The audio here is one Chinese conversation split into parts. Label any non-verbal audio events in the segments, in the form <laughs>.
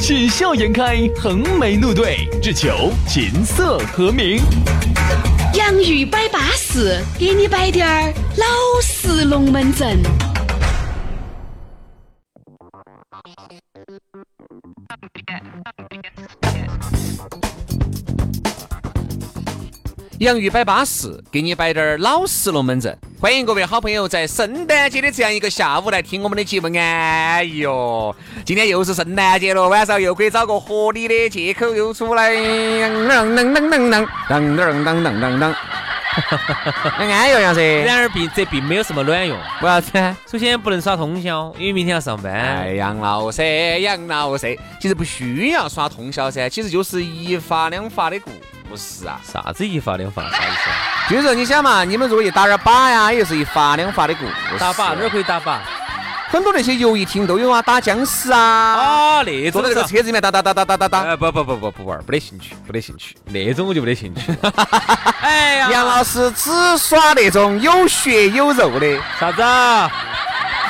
喜笑颜开，横眉怒对，只求琴瑟和鸣。洋芋摆巴士，给你摆点儿老式龙门阵。洋芋摆巴适，给你摆点儿老实龙门阵。欢迎各位好朋友在圣诞节的这样一个下午来听我们的节目。哎呦，今天又是圣诞节了，晚上又可以找个合理的借口又出 <laughs> 来，当当当当当当当当当当当。安逸样子，然而并这并没有什么卵用。为啥子？首先不能耍通宵，因为明天要上班。哎，杨老师，杨老师，其实不需要耍通宵噻，其实就是一发两发的故事啊。啥子一发两发？啥意思？就是说，你想嘛，你们如果一打点靶呀，也就是一发两发的故事。啊打靶哪儿可以打靶？很多那些游艺厅都有啊，打僵尸啊，啊，那种坐在那个是车子里啊面哒哒哒哒哒哒哒。哎，不不不不不玩儿，没得兴趣，没得兴趣，那种我就没得 <laughs> 兴趣。哎呀，杨老师只耍那种有血有肉的，啥子啊？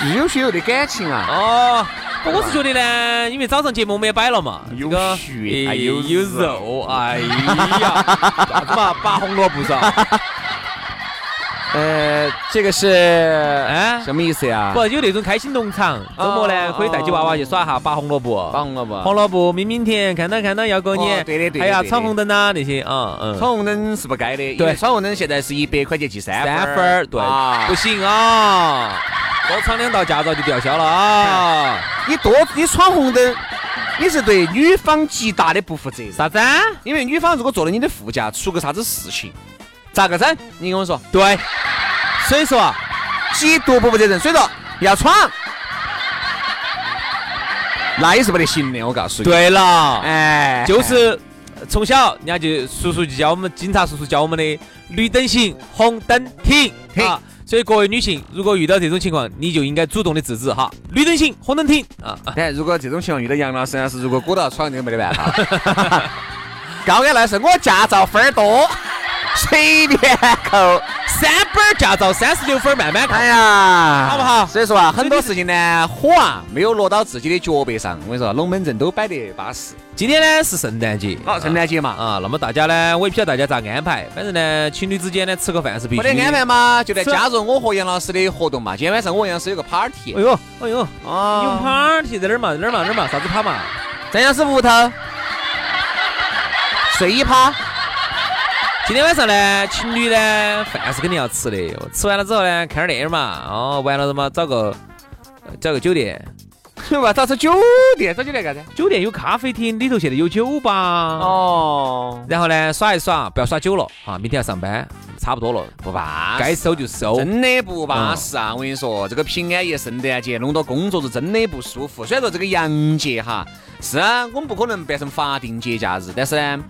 就是有血有肉的感情啊。哦，我是觉得呢，因为早上节目我们也摆了嘛，有这个血哎还有有肉，哎 <laughs> 呀，啥子嘛，拔红萝卜噻。呃，这个是 <laughs> 哎，什么哦意思呀？不有那种开心农场，周末呢可以带起娃娃去耍哈拔红萝卜。绑了吧？红萝卜、明明甜，看到看到要过哦年，对的对的还要对的闯红灯啊那些啊，嗯，闯红灯是不该的，因为对闯红灯现在是一百块钱记三分三儿分儿，对啊，不行啊，多闯两道驾照就吊销了啊， <laughs> 你多你闯红灯，你是对女方极大的不负责任。啥子啊？因为女方如果坐到你的副驾，出个啥子事情，咋个整？你跟我说，对，所以说啊，极度不负责任。所以说要闯，那也是没得行的。我告诉你，，对了，哎，就是从小人家就叔叔就教我们，警察叔叔教我们的绿灯行，红灯停停啊。所以各位女性，如果遇到这种情况，你就应该主动的制止哈，绿灯行，红灯停啊。啊哎，如果这种情况遇到杨老师，要是如果鼓捣闯，这个没得办法。 <laughs> 高安老师，我驾照分儿多，随便扣。三本儿驾照三十六分儿，慢慢看哎。呀，好不好所以说啊，很多事情呢，火啊没有落到自己的脚背上。我跟你说，龙门阵都摆得巴适。今天呢是圣诞节，好，圣诞节嘛，啊，那么大家呢，我也不晓得大家咋安排，反正呢，情侣之间呢吃个饭是必须没的。得安排。吗？就来是加入我和杨老师的活动嘛。今天晚上我和杨老师有个 party 哎呦，哎呦，用啊， party 在哪儿嘛？哪儿嘛？哪儿嘛？啥子趴嘛？在杨老师屋头睡一趴，今天晚上呢，情侣呢饭是肯定要吃的，吃完了之后呢，看点电影嘛，哦，完了嘛找个呃找个酒店，哇，找找酒店，找酒店干啥？酒店有咖啡厅，里头现在有酒吧。哦。哦，然后呢，耍一耍，不要耍久了啊！明天要上班，差不多了，不巴该适，收就收。啊真的不巴适啊！我跟你说，这个平安夜、圣诞节弄到工作日真的不舒服。虽然说这个洋节哈，是啊，我们不可能变成法定节假日，但是呢，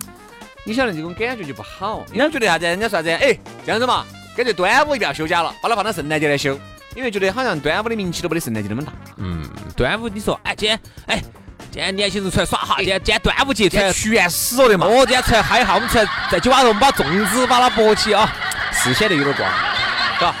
你晓得这种感觉就不好。人家觉得啥子？人家说啥子？哎，这样子嘛，干脆端午也不要休假了，把它放到圣诞节来休，因为觉得好像端午的名气都没得圣诞节那么大。嗯，端午你说，哎，今天，哎，今天年轻人出来耍哈，今天今天端午节出哎今来天全死了的嘛。哦，今天出来嗨一下，我们出来在酒吧头，我们把粽子把它剥起啊，是显得有点光，是吧？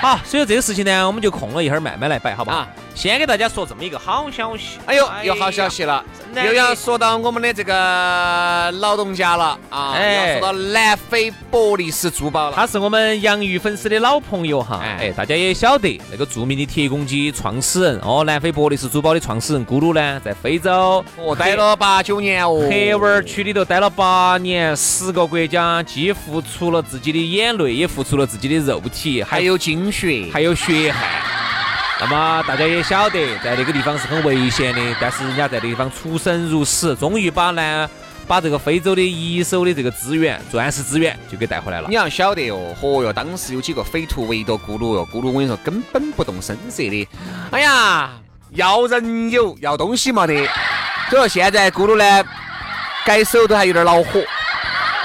好，所以这个事情呢，我们就空了一会儿慢慢来摆，好不好？啊先给大家说这么一个好消息，哎呦，有好消息了，哎呀，又要说到我们的这个老东家了啊！哎要说到南非伯利斯珠宝了。他是我们洋芋粉丝的老朋友哈，哎哎，大家也晓得那个著名的铁公鸡创始人哦，南非伯利斯珠宝的创始人咕噜呢，在非洲哦，待了八九年哦，黑湾儿区里头待了八年，十个国家，既付出了自己的眼泪，也付出了自己的肉体，还还有有精血，还有血汗。那么大家也晓得，在那个地方是很危险的，但是人家在那地方出生入死，终于把呢把这个非洲的一手的这个资源，钻石资源就给带回来了你。要晓得哦，嚯哟，当时有几个匪徒围着咕噜哟，咕噜我跟你说根本不动声色的。哎呀，要人有，要东西没得。所以说现在咕噜呢，改手都还有点恼火，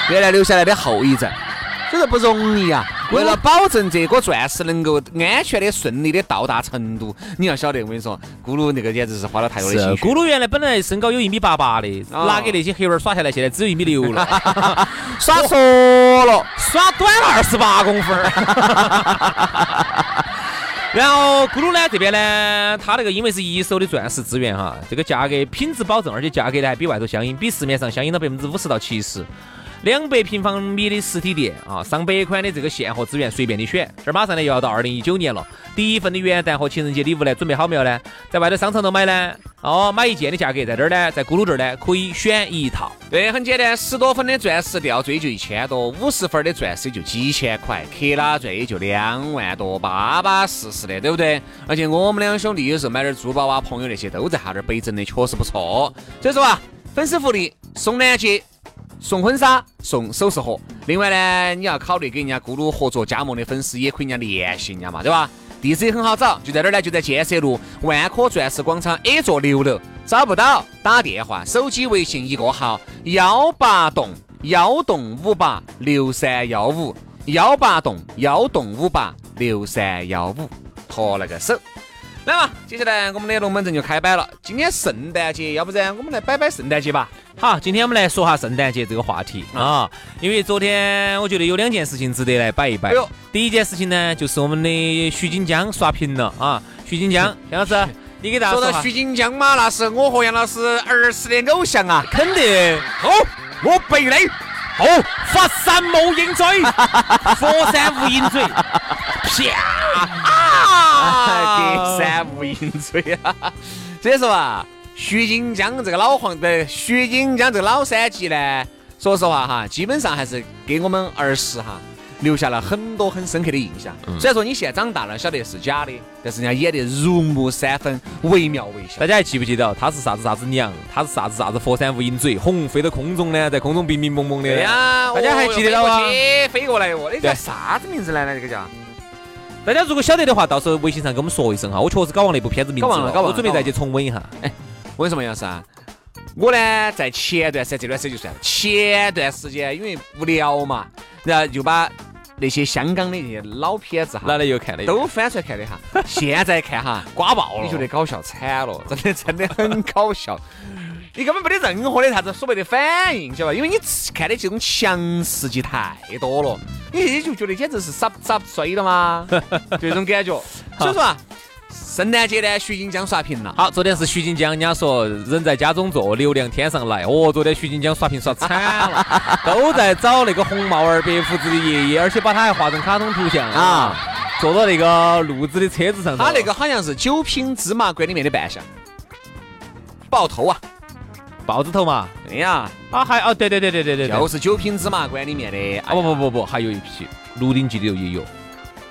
原来留下来的后遗症，所以说不容易呀、啊为了保证这颗钻石能够安全的、顺利的到达成都，你要晓得，我跟你说，咕噜那个简直是花了太多的是啊心血。咕噜原来本来身高有一米八八的，哦拿给那些黑娃儿耍下来，现在只有一米六了，耍哦错了，耍短了二十八公分 <laughs> 儿。然后咕噜呢这边呢，它那个因为是一手的钻石资源哈，这个价格品质保证，而且价格呢还比外头相应，比市面上相应了百分之五十到七十。两百平方米的实体店啊，上百款的这个现货资源随便你选。这儿马上呢又要到二零一九年了，第一份的元旦和情人节礼物呢准备好没有呢？在外头商场头买呢？哦，买一件的价格在这儿呢，在咕噜这儿呢可以选一套。对，很简单，十多分的钻石吊坠就一千多，五十分的钻石就几千块，克拉钻也就两万多，巴巴适适的，对不对？而且我们两兄弟有时候买点珠宝啊，朋友那些都在哈点儿北整的，确实不错。所以说啊，粉丝福利送钻戒。送婚纱，送首饰盒。另外呢，你要考虑跟人家咕噜合作加盟的粉丝，也可以人家联系人家嘛，对吧？地址也很好找，就在哪儿呢？就在建设路万科钻石广场 A 座六楼。找不到，打电话，手机微信一个号：幺八栋幺栋五八六三幺五，幺八栋幺栋五八六三幺五，托了个手。来嘛，接下来我们的龙门阵就开摆了。今天圣诞节，要不然我们来摆摆圣诞节吧。好，今天我们来说下圣诞节这个话题啊，因为昨天我觉得有两件事情值得来摆一摆哎呦。第一件事情呢，就是我们的徐锦江刷屏了啊，徐锦 <laughs> 江，杨老师，你给大家说说到下徐锦江嘛，那是我和杨老师儿时的偶像啊。肯定好，我背你。好，佛山无影 <laughs> 嘴，佛山无影嘴， <laughs> 啊，隔山无影追啊！ <laughs> 所以说啊，徐锦江这个老黄的徐锦江这个老三级呢，说实话哈，基本上还是给我们儿时哈留下了很多很深刻的印象。虽然说你现在长大了，晓得是假的，但是人家演得入木三分，惟妙惟肖大。家还记不记得他是啥子啥子娘，他是啥子啥子佛山无影嘴，红飞到空中呢，在空中冰冰蒙蒙的。对哎呀，大家还记得到吗哦？飞过去飞过来哦，那叫对啥子名字来呢？这个叫？大家如果晓得的话，到时候微信上跟我们说一声哈。我确实搞忘那部片子名字搞忘了搞忘了我准备再去重温一下。我跟你说嘛，杨老师啊，我呢在前段时间这段时间就算了，前段时间因为无聊嘛，然后就把那些香港的那些老片子拿哈来又看了一遍，都翻出来看了一下，现在看 <laughs> 哈，瓜爆你觉得搞笑惨了，真的真的很搞笑。你根本没得任何的啥子所谓的反应，晓得吧？因为你看的这种强刺激太多了，你这就觉得简直是傻傻衰了 <laughs> 吗？就这种感觉。所以说啊，圣诞节呢，徐锦江刷屏了。好，昨天是徐锦江，人家说人在家中坐，流量天上来。哦，昨天徐锦江刷屏刷惨 <laughs> 了，都在找那个红帽儿白胡子的爷爷，而且把他还画成卡通图像啊，坐到那个路子的车子上头。他那个好像是九品芝麻官里面的扮相，爆头啊！豹子头嘛，哎呀，啊还哦，对对对对对对，对就是九品芝麻官里面的。啊不不不不，还有一批《鹿鼎记》里头也有，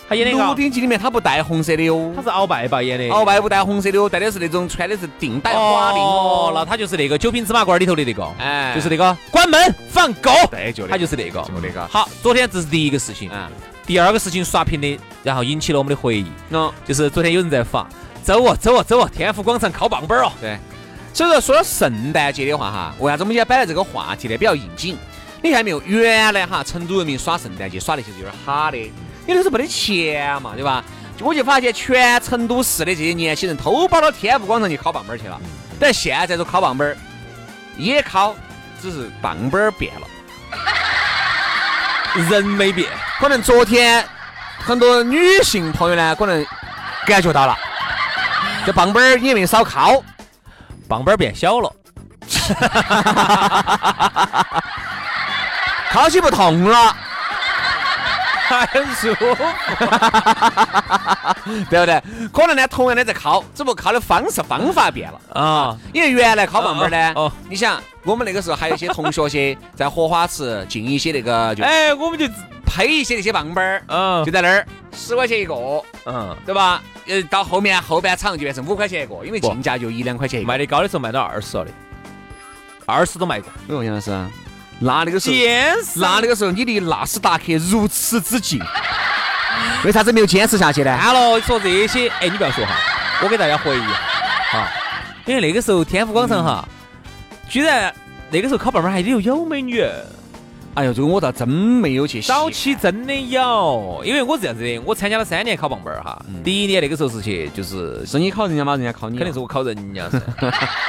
他演那《鹿个，鼎记》里面他不戴红色的哟他，是鳌拜吧演的。鳌拜不戴红色的哟，戴的是那种穿的是定带花翎哦，那哦。他就是那个《九品芝麻官》里头的那个，哎就是那个关门放狗，对，就他就是那个。就那个。好，昨天这是第一个事情。嗯，第二个事情刷屏的，然后引起了我们的回忆，那就是昨天有人在发，走啊走啊走啊，天府广场靠棒板儿哦。对。所以说，说到圣诞节的话哈，为啥子我们今天摆来这个话题呢？比较应景。你看没有？原来哈，成都人民耍圣诞节耍那些是有点哈的，因为那时候没得钱嘛，对吧？我就发现全成都市的这些年轻人都跑到天府广场去烤棒棒儿去了。但现在这烤棒棒儿也烤，只是棒棒儿变了。人没变，可能昨天很多女性朋友呢，可能感觉到了，这棒棒儿也没少烤。棒板儿变小了。烤起不同了，很舒服。 <laughs> 对不对？可能呢，同样的在烤，只不过烤的方式方法变了。 <laughs> 啊，因为原来烤棒棒呢，哦哦你想我们那个时候还有一些同学些在荷花池进一些那个就哎，我们就配一些那些棒棒儿，嗯就在那儿十块钱一个，嗯，对吧？呃，到后面后半场就变成五块钱一个，因为不进价就一两块钱一个。哎卖的高的时候卖到二十了的，二十都卖过。哎呦，杨老师，那那个时候，坚持那那个时候你离纳斯达克如此之近， <laughs> 为啥子没有坚持下去呢？看了说这些，哎，你不要说哈，我给大家回忆一下啊，因为那个时候天府广场哈，居然那个时候烤棒棒还里头有美女，哎呦，这个我倒真没有去细看。早期真的有，因为我是这样子的，我参加了三年烤棒棒儿哈，第一年那个时候是去就是。是你考人家吗？人家考你？啊肯定是。我考人家 <laughs> 噻，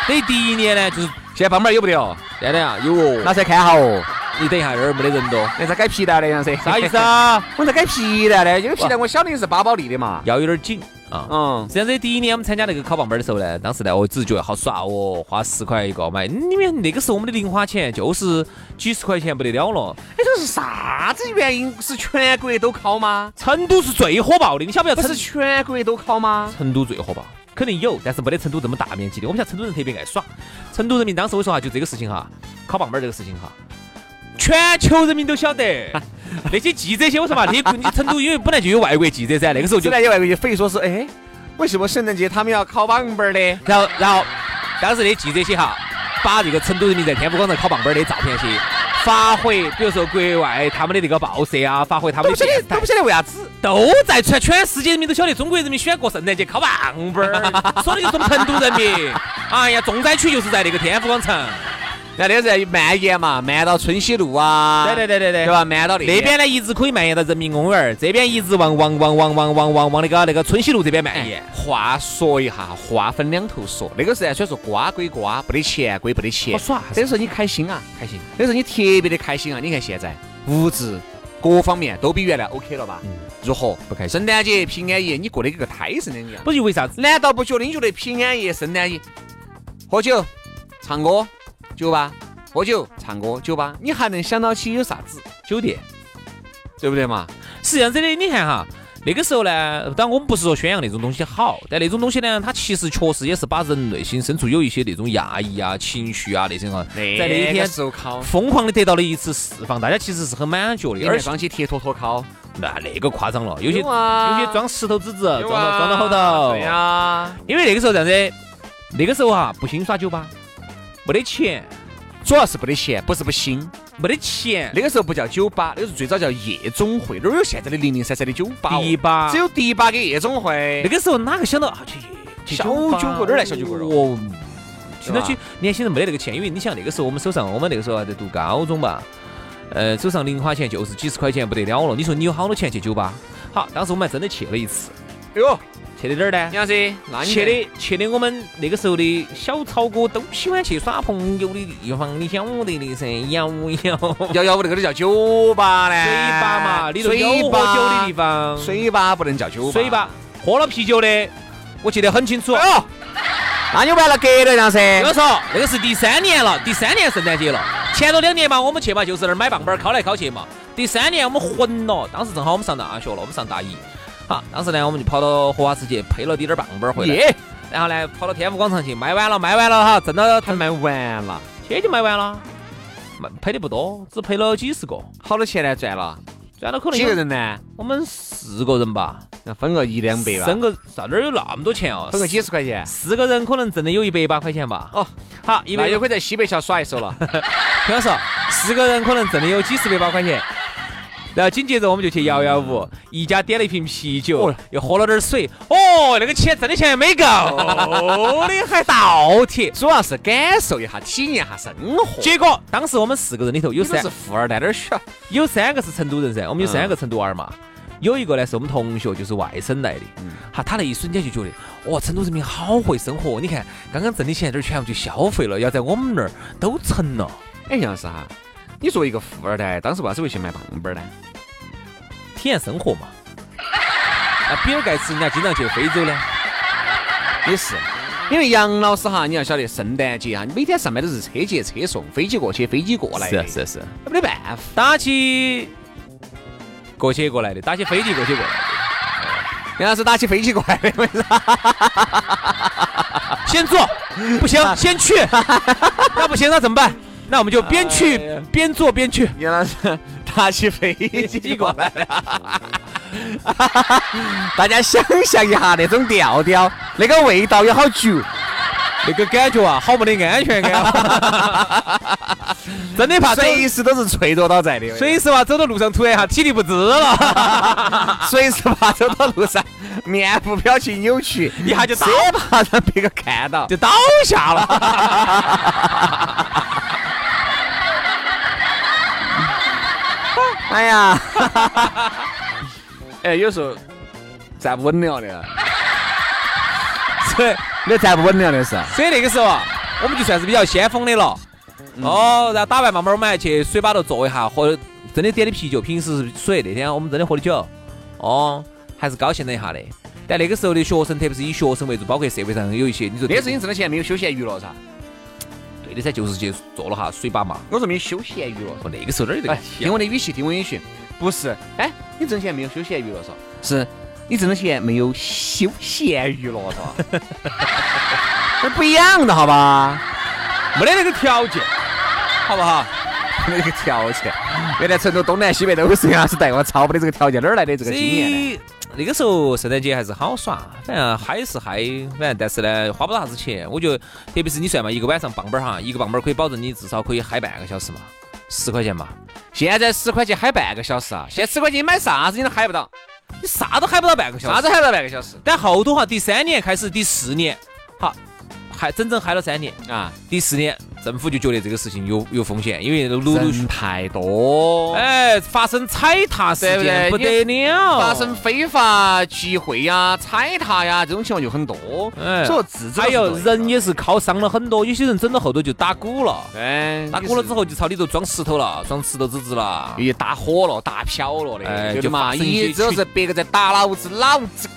等于第一年呢，就是现在棒棒儿有不得哦？真的啊，有哦。拿出来看下哦。你等一下，这儿没得人多，那在改皮带的样噻？啥意思？ <laughs> 啊？ <laughs> 我在改皮带的，这个皮带我晓得是八宝莉的嘛。腰有点紧啊。嗯实，际上，这第一年我们参加那个烤棒棒的时候呢，当时呢，我只是觉得好耍哦，花十块一个买，因为那个时候我们的零花钱就是几十块钱不得了了。哎，这是啥子原因？是全国都考吗？成都是最火爆的，你晓不晓得？不是成全国都考吗？成都最火爆，肯定有，但是没得成都这么大面积的。我们晓得成都人特别爱耍，成都人民当时我说哈，就这个事情哈，烤棒棒这个事情哈。全球人民都晓 <laughs> 得，那些记者些，我说嘛，你你成都因为本来就有外国记者噻，那个时候就这来有外国就非说是哎，为什么圣诞节他们要考棒棒儿呢？然后，然后当时的记者些哈，把这个成都人民在天府广场烤棒棒儿的照片些发回，比如说国外他们的那个报社啊，发回他都们的不晓电视得，都台不，晓得为啥子。都在全全世界人民都晓得中国人民喜欢过圣诞节烤棒棒儿，说的就是我们成都人民。哎呀，重灾区就是在那个天府广场。那那是蔓延嘛，蔓到春熙路啊，对对对对对，对吧？蔓到那那边呢一直可以蔓延到人民公园儿，这边一直往往往往往往往往那个那个春熙路这边蔓延。哎话说一下，话分两头说。那个时候虽然说瓜归瓜，不得钱归不得钱，好耍还是那时候你开心啊，开心，那时候你特别的开心啊。你看现在物质各方面都比原来 OK 了吧？如何？嗯不开心圣诞节、平安夜，你过得跟个胎神两样。啊不是因为啥子？难道不觉得你觉得平安夜、圣诞夜喝酒、唱歌、酒吧、喝酒、唱歌、酒吧，你还能想到起有啥子？酒店。对不对嘛？是这样子的，你看哈，那个时候呢，当然我们不是说宣扬那种东西好，但那种东西呢，它其实确实也是把人内心深处有一些那种压抑啊、情绪啊那些哈，在那一天时候考，疯狂的得到了一次释放，大家其实是很满足的，而而且装起铁坨坨考，那那个夸张了，有些有啊有些装石头子子，装有到啊装到后头对，呀，因为那个时候这样子，那个时候哈不兴耍酒吧，没得钱，主要是不得钱，不是不行。没得钱，那个时候不叫酒吧，那个时候最早叫夜总会，哪有现在的零零散散的酒吧哦？迪吧只，有迪吧跟夜总会。那个时候哪个想到啊去去小吧酒馆哪儿来小酒馆哦哦，是现吧在去年轻人没得那个钱，因为你想那个时候我们手上，我们那个时候还在读高中吧，呃，手上零花钱就是几十块钱不得了了。你说你有好多钱去酒吧？好，当时我们还真的去了一次，哎呦，去的哪儿呢？杨子，那啊你去的去的，我们那个时候的小草哥都喜欢去耍朋友的地方，你晓得的噻，摇一摇，要要不那个就叫酒吧呢？水吧嘛，里头有水喝吧酒的地方，水吧不能叫酒吧。水吧，喝了啤酒的，我记得很清楚。啊哎呦，那你玩了隔了样噻那个。时候，那个是第三年了，第三年圣诞节了。前头两年嘛，我们去嘛，就是那儿买棒棒儿，敲来敲去嘛。第三年我们混了，当时正好我们上大学了，我们上大一。好，当时呢，我们就跑到荷花池去配了滴点儿棒棒儿回来，耶，然后呢，跑到天府广场去卖完了，卖完了哈，挣到还卖完了，钱就卖完了，卖赔的不多，只赔了几十个，好多钱呢赚了？赚了可能几有个人呢？我们四个人吧，那分个一两百吧，挣个啥哪儿有那么多钱哦？分个几十块钱。四个人可能挣的有一百把块钱吧。哦，好，一那百就可以在西北桥耍一手了。听我说，四个人可能挣的有几十百把块钱。然后紧接着我们就去摇摇舞，一家点了一瓶啤酒哦，又喝了点水。哦，那个钱挣的钱没够的，还倒贴。主要哦是感受一下，体验一下生活。结果当时我们四个人里头有有三三是富二代，哪儿啊需要？有三个是成都人噻，我们有嗯三个成都娃儿嘛。有一个呢是我们同学，就是外省来的，嗯哈，他那一瞬间就觉得，哇，成都人民好会生活。你看，刚刚挣的钱这儿全部去消费了，要在我们那儿都成了。哎，杨师哈，你作为一个富二代，当时为啥子会去卖棒棒儿呢？体验生活嘛。啊那比尔盖茨人家经常去非洲呢，也是，因为杨老师哈，你要晓得，圣诞节啊，每天上班都是车接车送，飞机过去，飞机过来，是啊是，那没得办法。打起过去过来的，打起飞机过去过来杨老师打起飞机过来的，为啥？的，先 <laughs> 做不行，先 <laughs> 去，那不行那怎么办？那我们就边去哎呀边做边去，杨老师打起飞机过来的。 <laughs> 大家想象一下那种调调，那个味道有好足。那个感觉啊，好没得安全感， <laughs> 真的怕走，随时都是脆弱到在的，随时哇走到路上突然一下体力不支了，随时怕走到路上，面部表情扭曲，一下就倒生 <laughs> 怕让别个看到。就倒下了。哎呀， <laughs> 哎，有时候站不稳了的，所以你站不稳了的是。所以那个时候啊，我们就算是比较先锋的了。嗯哦，然后打完嘛，嘛我们还去水吧头坐一下，喝真的点的啤酒，平时是水，那天我们真的喝的酒，哦，还是高兴了一下的。但那个时候的学生，特别是以学生为主，包括社会上有一些，你说那时候你挣的钱没有休闲娱乐噻？对的噻，就是去坐了哈水吧嘛。我说没有休闲娱乐。我那个时候哪 <laughs> 有这个哎，钱听我的语气，听我的语气，不是，哎，你挣钱没有休闲娱乐嗦？是你挣的钱没有休闲娱乐 <laughs> 嗦？那不一样的好吧？没得那个条件，好不好？那个条件，原来成都东南西北都是杨老师带我操，没得这个条件，哪儿来的这个所经验呢？以那个时候圣诞节还是好耍，反正嗨是嗨，反正但是呢，花不到啥子钱。我觉得，特别是你算嘛，一个晚上棒棒儿哈，一个棒棒儿可以保证你至少可以嗨半个小时嘛，十块钱嘛。现在十块钱嗨半个小时啊！现在十块钱买啥子你都嗨不到，你啥都嗨不到半个小时。啥子？嗨不到半个小时但后头哈，第三年开始，第四年，好，还整整嗨了三年。啊！第四年，政府就觉得这个事情有有风险，因为陆陆续人太多，哎发生踩踏事对件不不对得了，发生非法集会呀、踩踏呀这种情况就很多。哎所以自制还有是对的人也是靠伤了很多，有些人整到后头就打鼓了。对，打鼓了之后就朝里头装石头了，装石头子子了。一打火了、打飘了哎的，觉得就嘛，发生一些一只要是别个在打老子，老子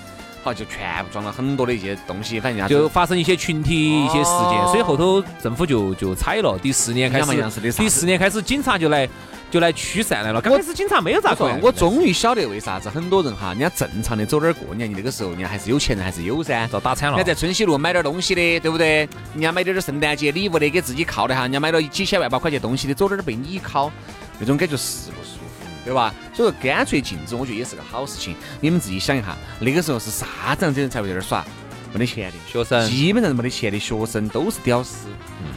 好就全部装了很多的一些东西，反正人家啊就发生一些群体一些事件哦，所以后头政府就就踩了。第四年开你想嘛杨氏的始，啥子第四年哦开始警察就来就来驱散来了。刚开始警察没有咋我管说，，我终于晓得为啥子很多人哈，人家正常的走点儿过年，你那个时候人家还是有钱人还是有噻。遭打惨人了家。在春熙路买点儿东西的，对不对？人家买点儿圣诞节礼物的，给自己犒的哈。人家买了几千万把块钱东西的，走点儿被你犒，那种感觉是不舒服，对吧？所以说干脆禁止，我觉得也是个好事情。你们自己想一下，那个时候是啥子样子的人才会在这儿耍？没得钱的，学生嗯基本上没得钱的学生都是屌丝，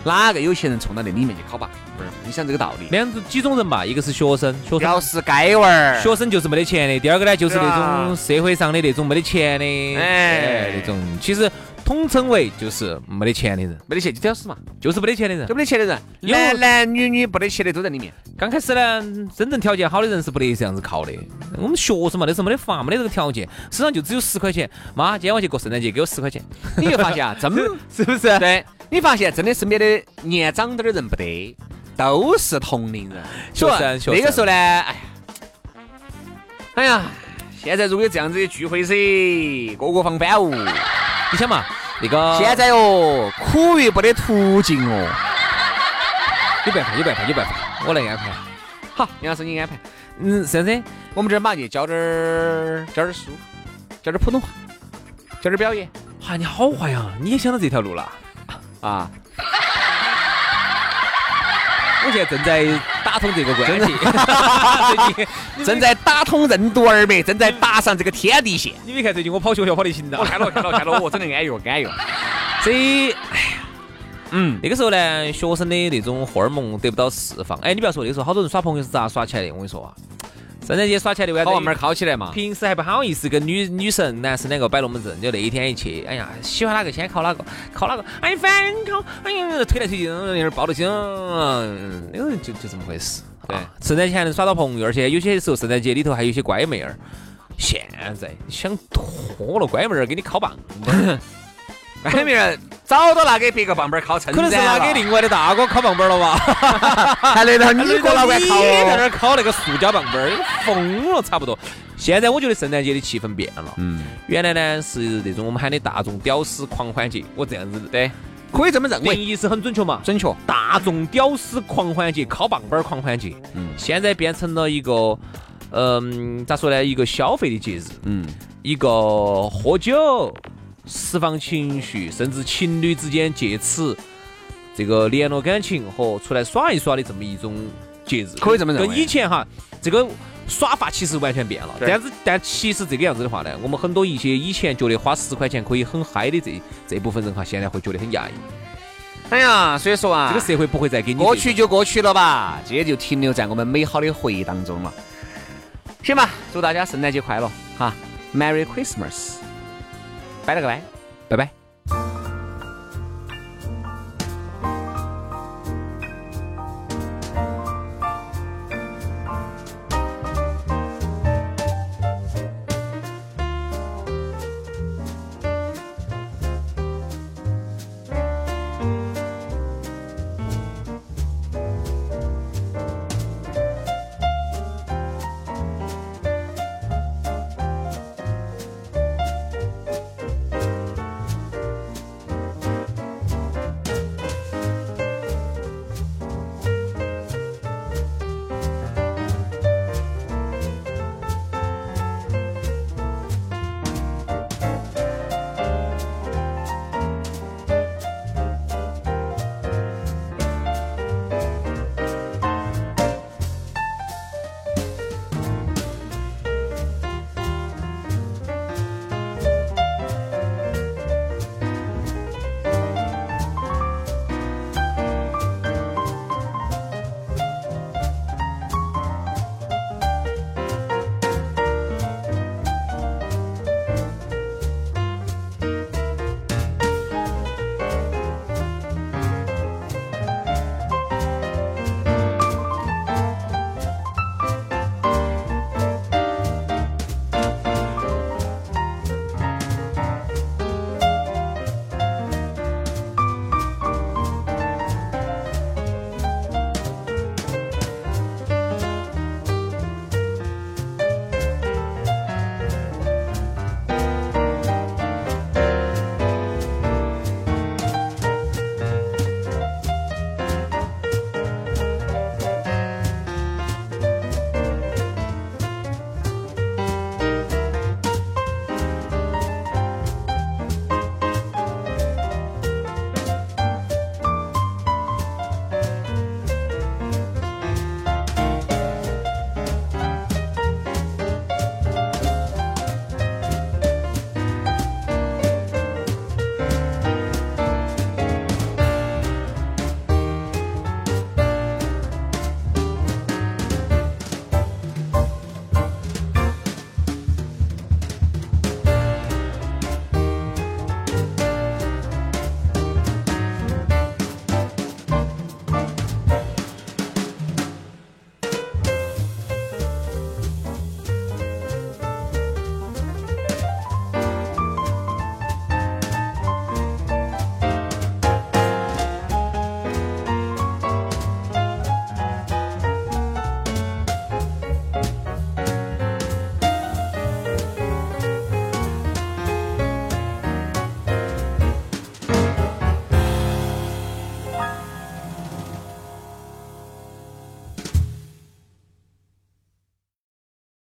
哪个有钱人冲到那里面去考吧？不是，你想这个道理。两种几种人吧，一个是学生，学生屌丝该玩儿，学生就是没得钱的；第二个呢，就是那是吧种社会上的那种没得钱的，哎啊哎，那种其实统称为就是没得钱的人，没得钱就屌丝嘛，就是没得钱的人就。没得钱的人，嗯有男男女女没得钱的都在里面。刚开始呢，真正条件好的人是不得这样子靠的。我们学生嘛，那时候没得法，没得这个条件，身上就只有十块钱。妈，今天我去过圣诞节，给我十块钱，你就发 <laughs> 现啊，真是不 <laughs> 是？对，你发现真的身边的年长点儿的人不得，都是同龄人。学生学所以生那个时候呢，哎呀，哎呀，现在如果有这样子的聚会噻，个个放 <laughs> 班舞。你想嘛，那个现在哦，苦于没得途径哦。有办法，有办法，有办法，我来安排。好，杨老师你安排，嗯，是这样子，我们这儿马上去教点儿教点儿书，教点儿普通话，教点儿表演哇，你好坏呀，你也想到这条路了。啊。我现在正在打通这个关系， <laughs> 最近正在打通任督二脉，正在打上这个天地线。你没看最近我跑学校跑得勤我了。看哦了看了看了，我真的安逸安逸。所以，哎嗯，那个时候呢，学生的那种荷尔蒙得不到释放。哎，你不要说，那个时候好多人耍朋友是咋耍起来的？我跟你说啊，圣诞节耍起来的，为啥好啊子慢慢考起来嘛。平时还不好意思跟女女神、男生两个摆龙门阵，就那一天一去，哎呀，喜欢哪个先靠哪个，靠哪个，哎烦你靠，哎呀，推来推去，嗯有点抱得紧，嗯那个人就就这么回事。对啊，圣诞节还能耍到朋友，而且有些时候圣诞节里头还有一些乖妹儿。现在想脱了乖妹儿给你拷棒，外面人哎早都拿给别个棒棒儿烤撑可能是拿给另外的大哥拷棒棒了 <laughs> 吧？啊还轮到你你过老倌烤在那哦。儿拷那个塑胶棒棒儿，疯了差不多。现在我觉得圣诞节的气氛变了，嗯，原来呢是那种我们喊的大众屌丝狂欢节，我这样子对可以这么认定为，义是很准确嘛？准确。大众屌丝狂欢节、靠棒棒儿狂欢节，嗯现在变成了一个，嗯、咋说呢？一个消费的节日，嗯，一个喝酒、释放情绪，甚至情侣之间借此这个联络感情和出来耍一耍的这么一种节日，可以这么认为跟以前哈，这个耍法其实完全变了。对但是，但其实这个样子的话呢，我们很多一些以前觉得花十块钱可以很嗨的这这部分人哈，现在会觉得很压抑。哎呀，所以说啊，这个社会不会再给你过这去就过去了吧，这就停留在我们美好的回忆当中了。行吧，祝大家圣诞节快乐哈，Merry Christmas，拜了个拜，拜拜。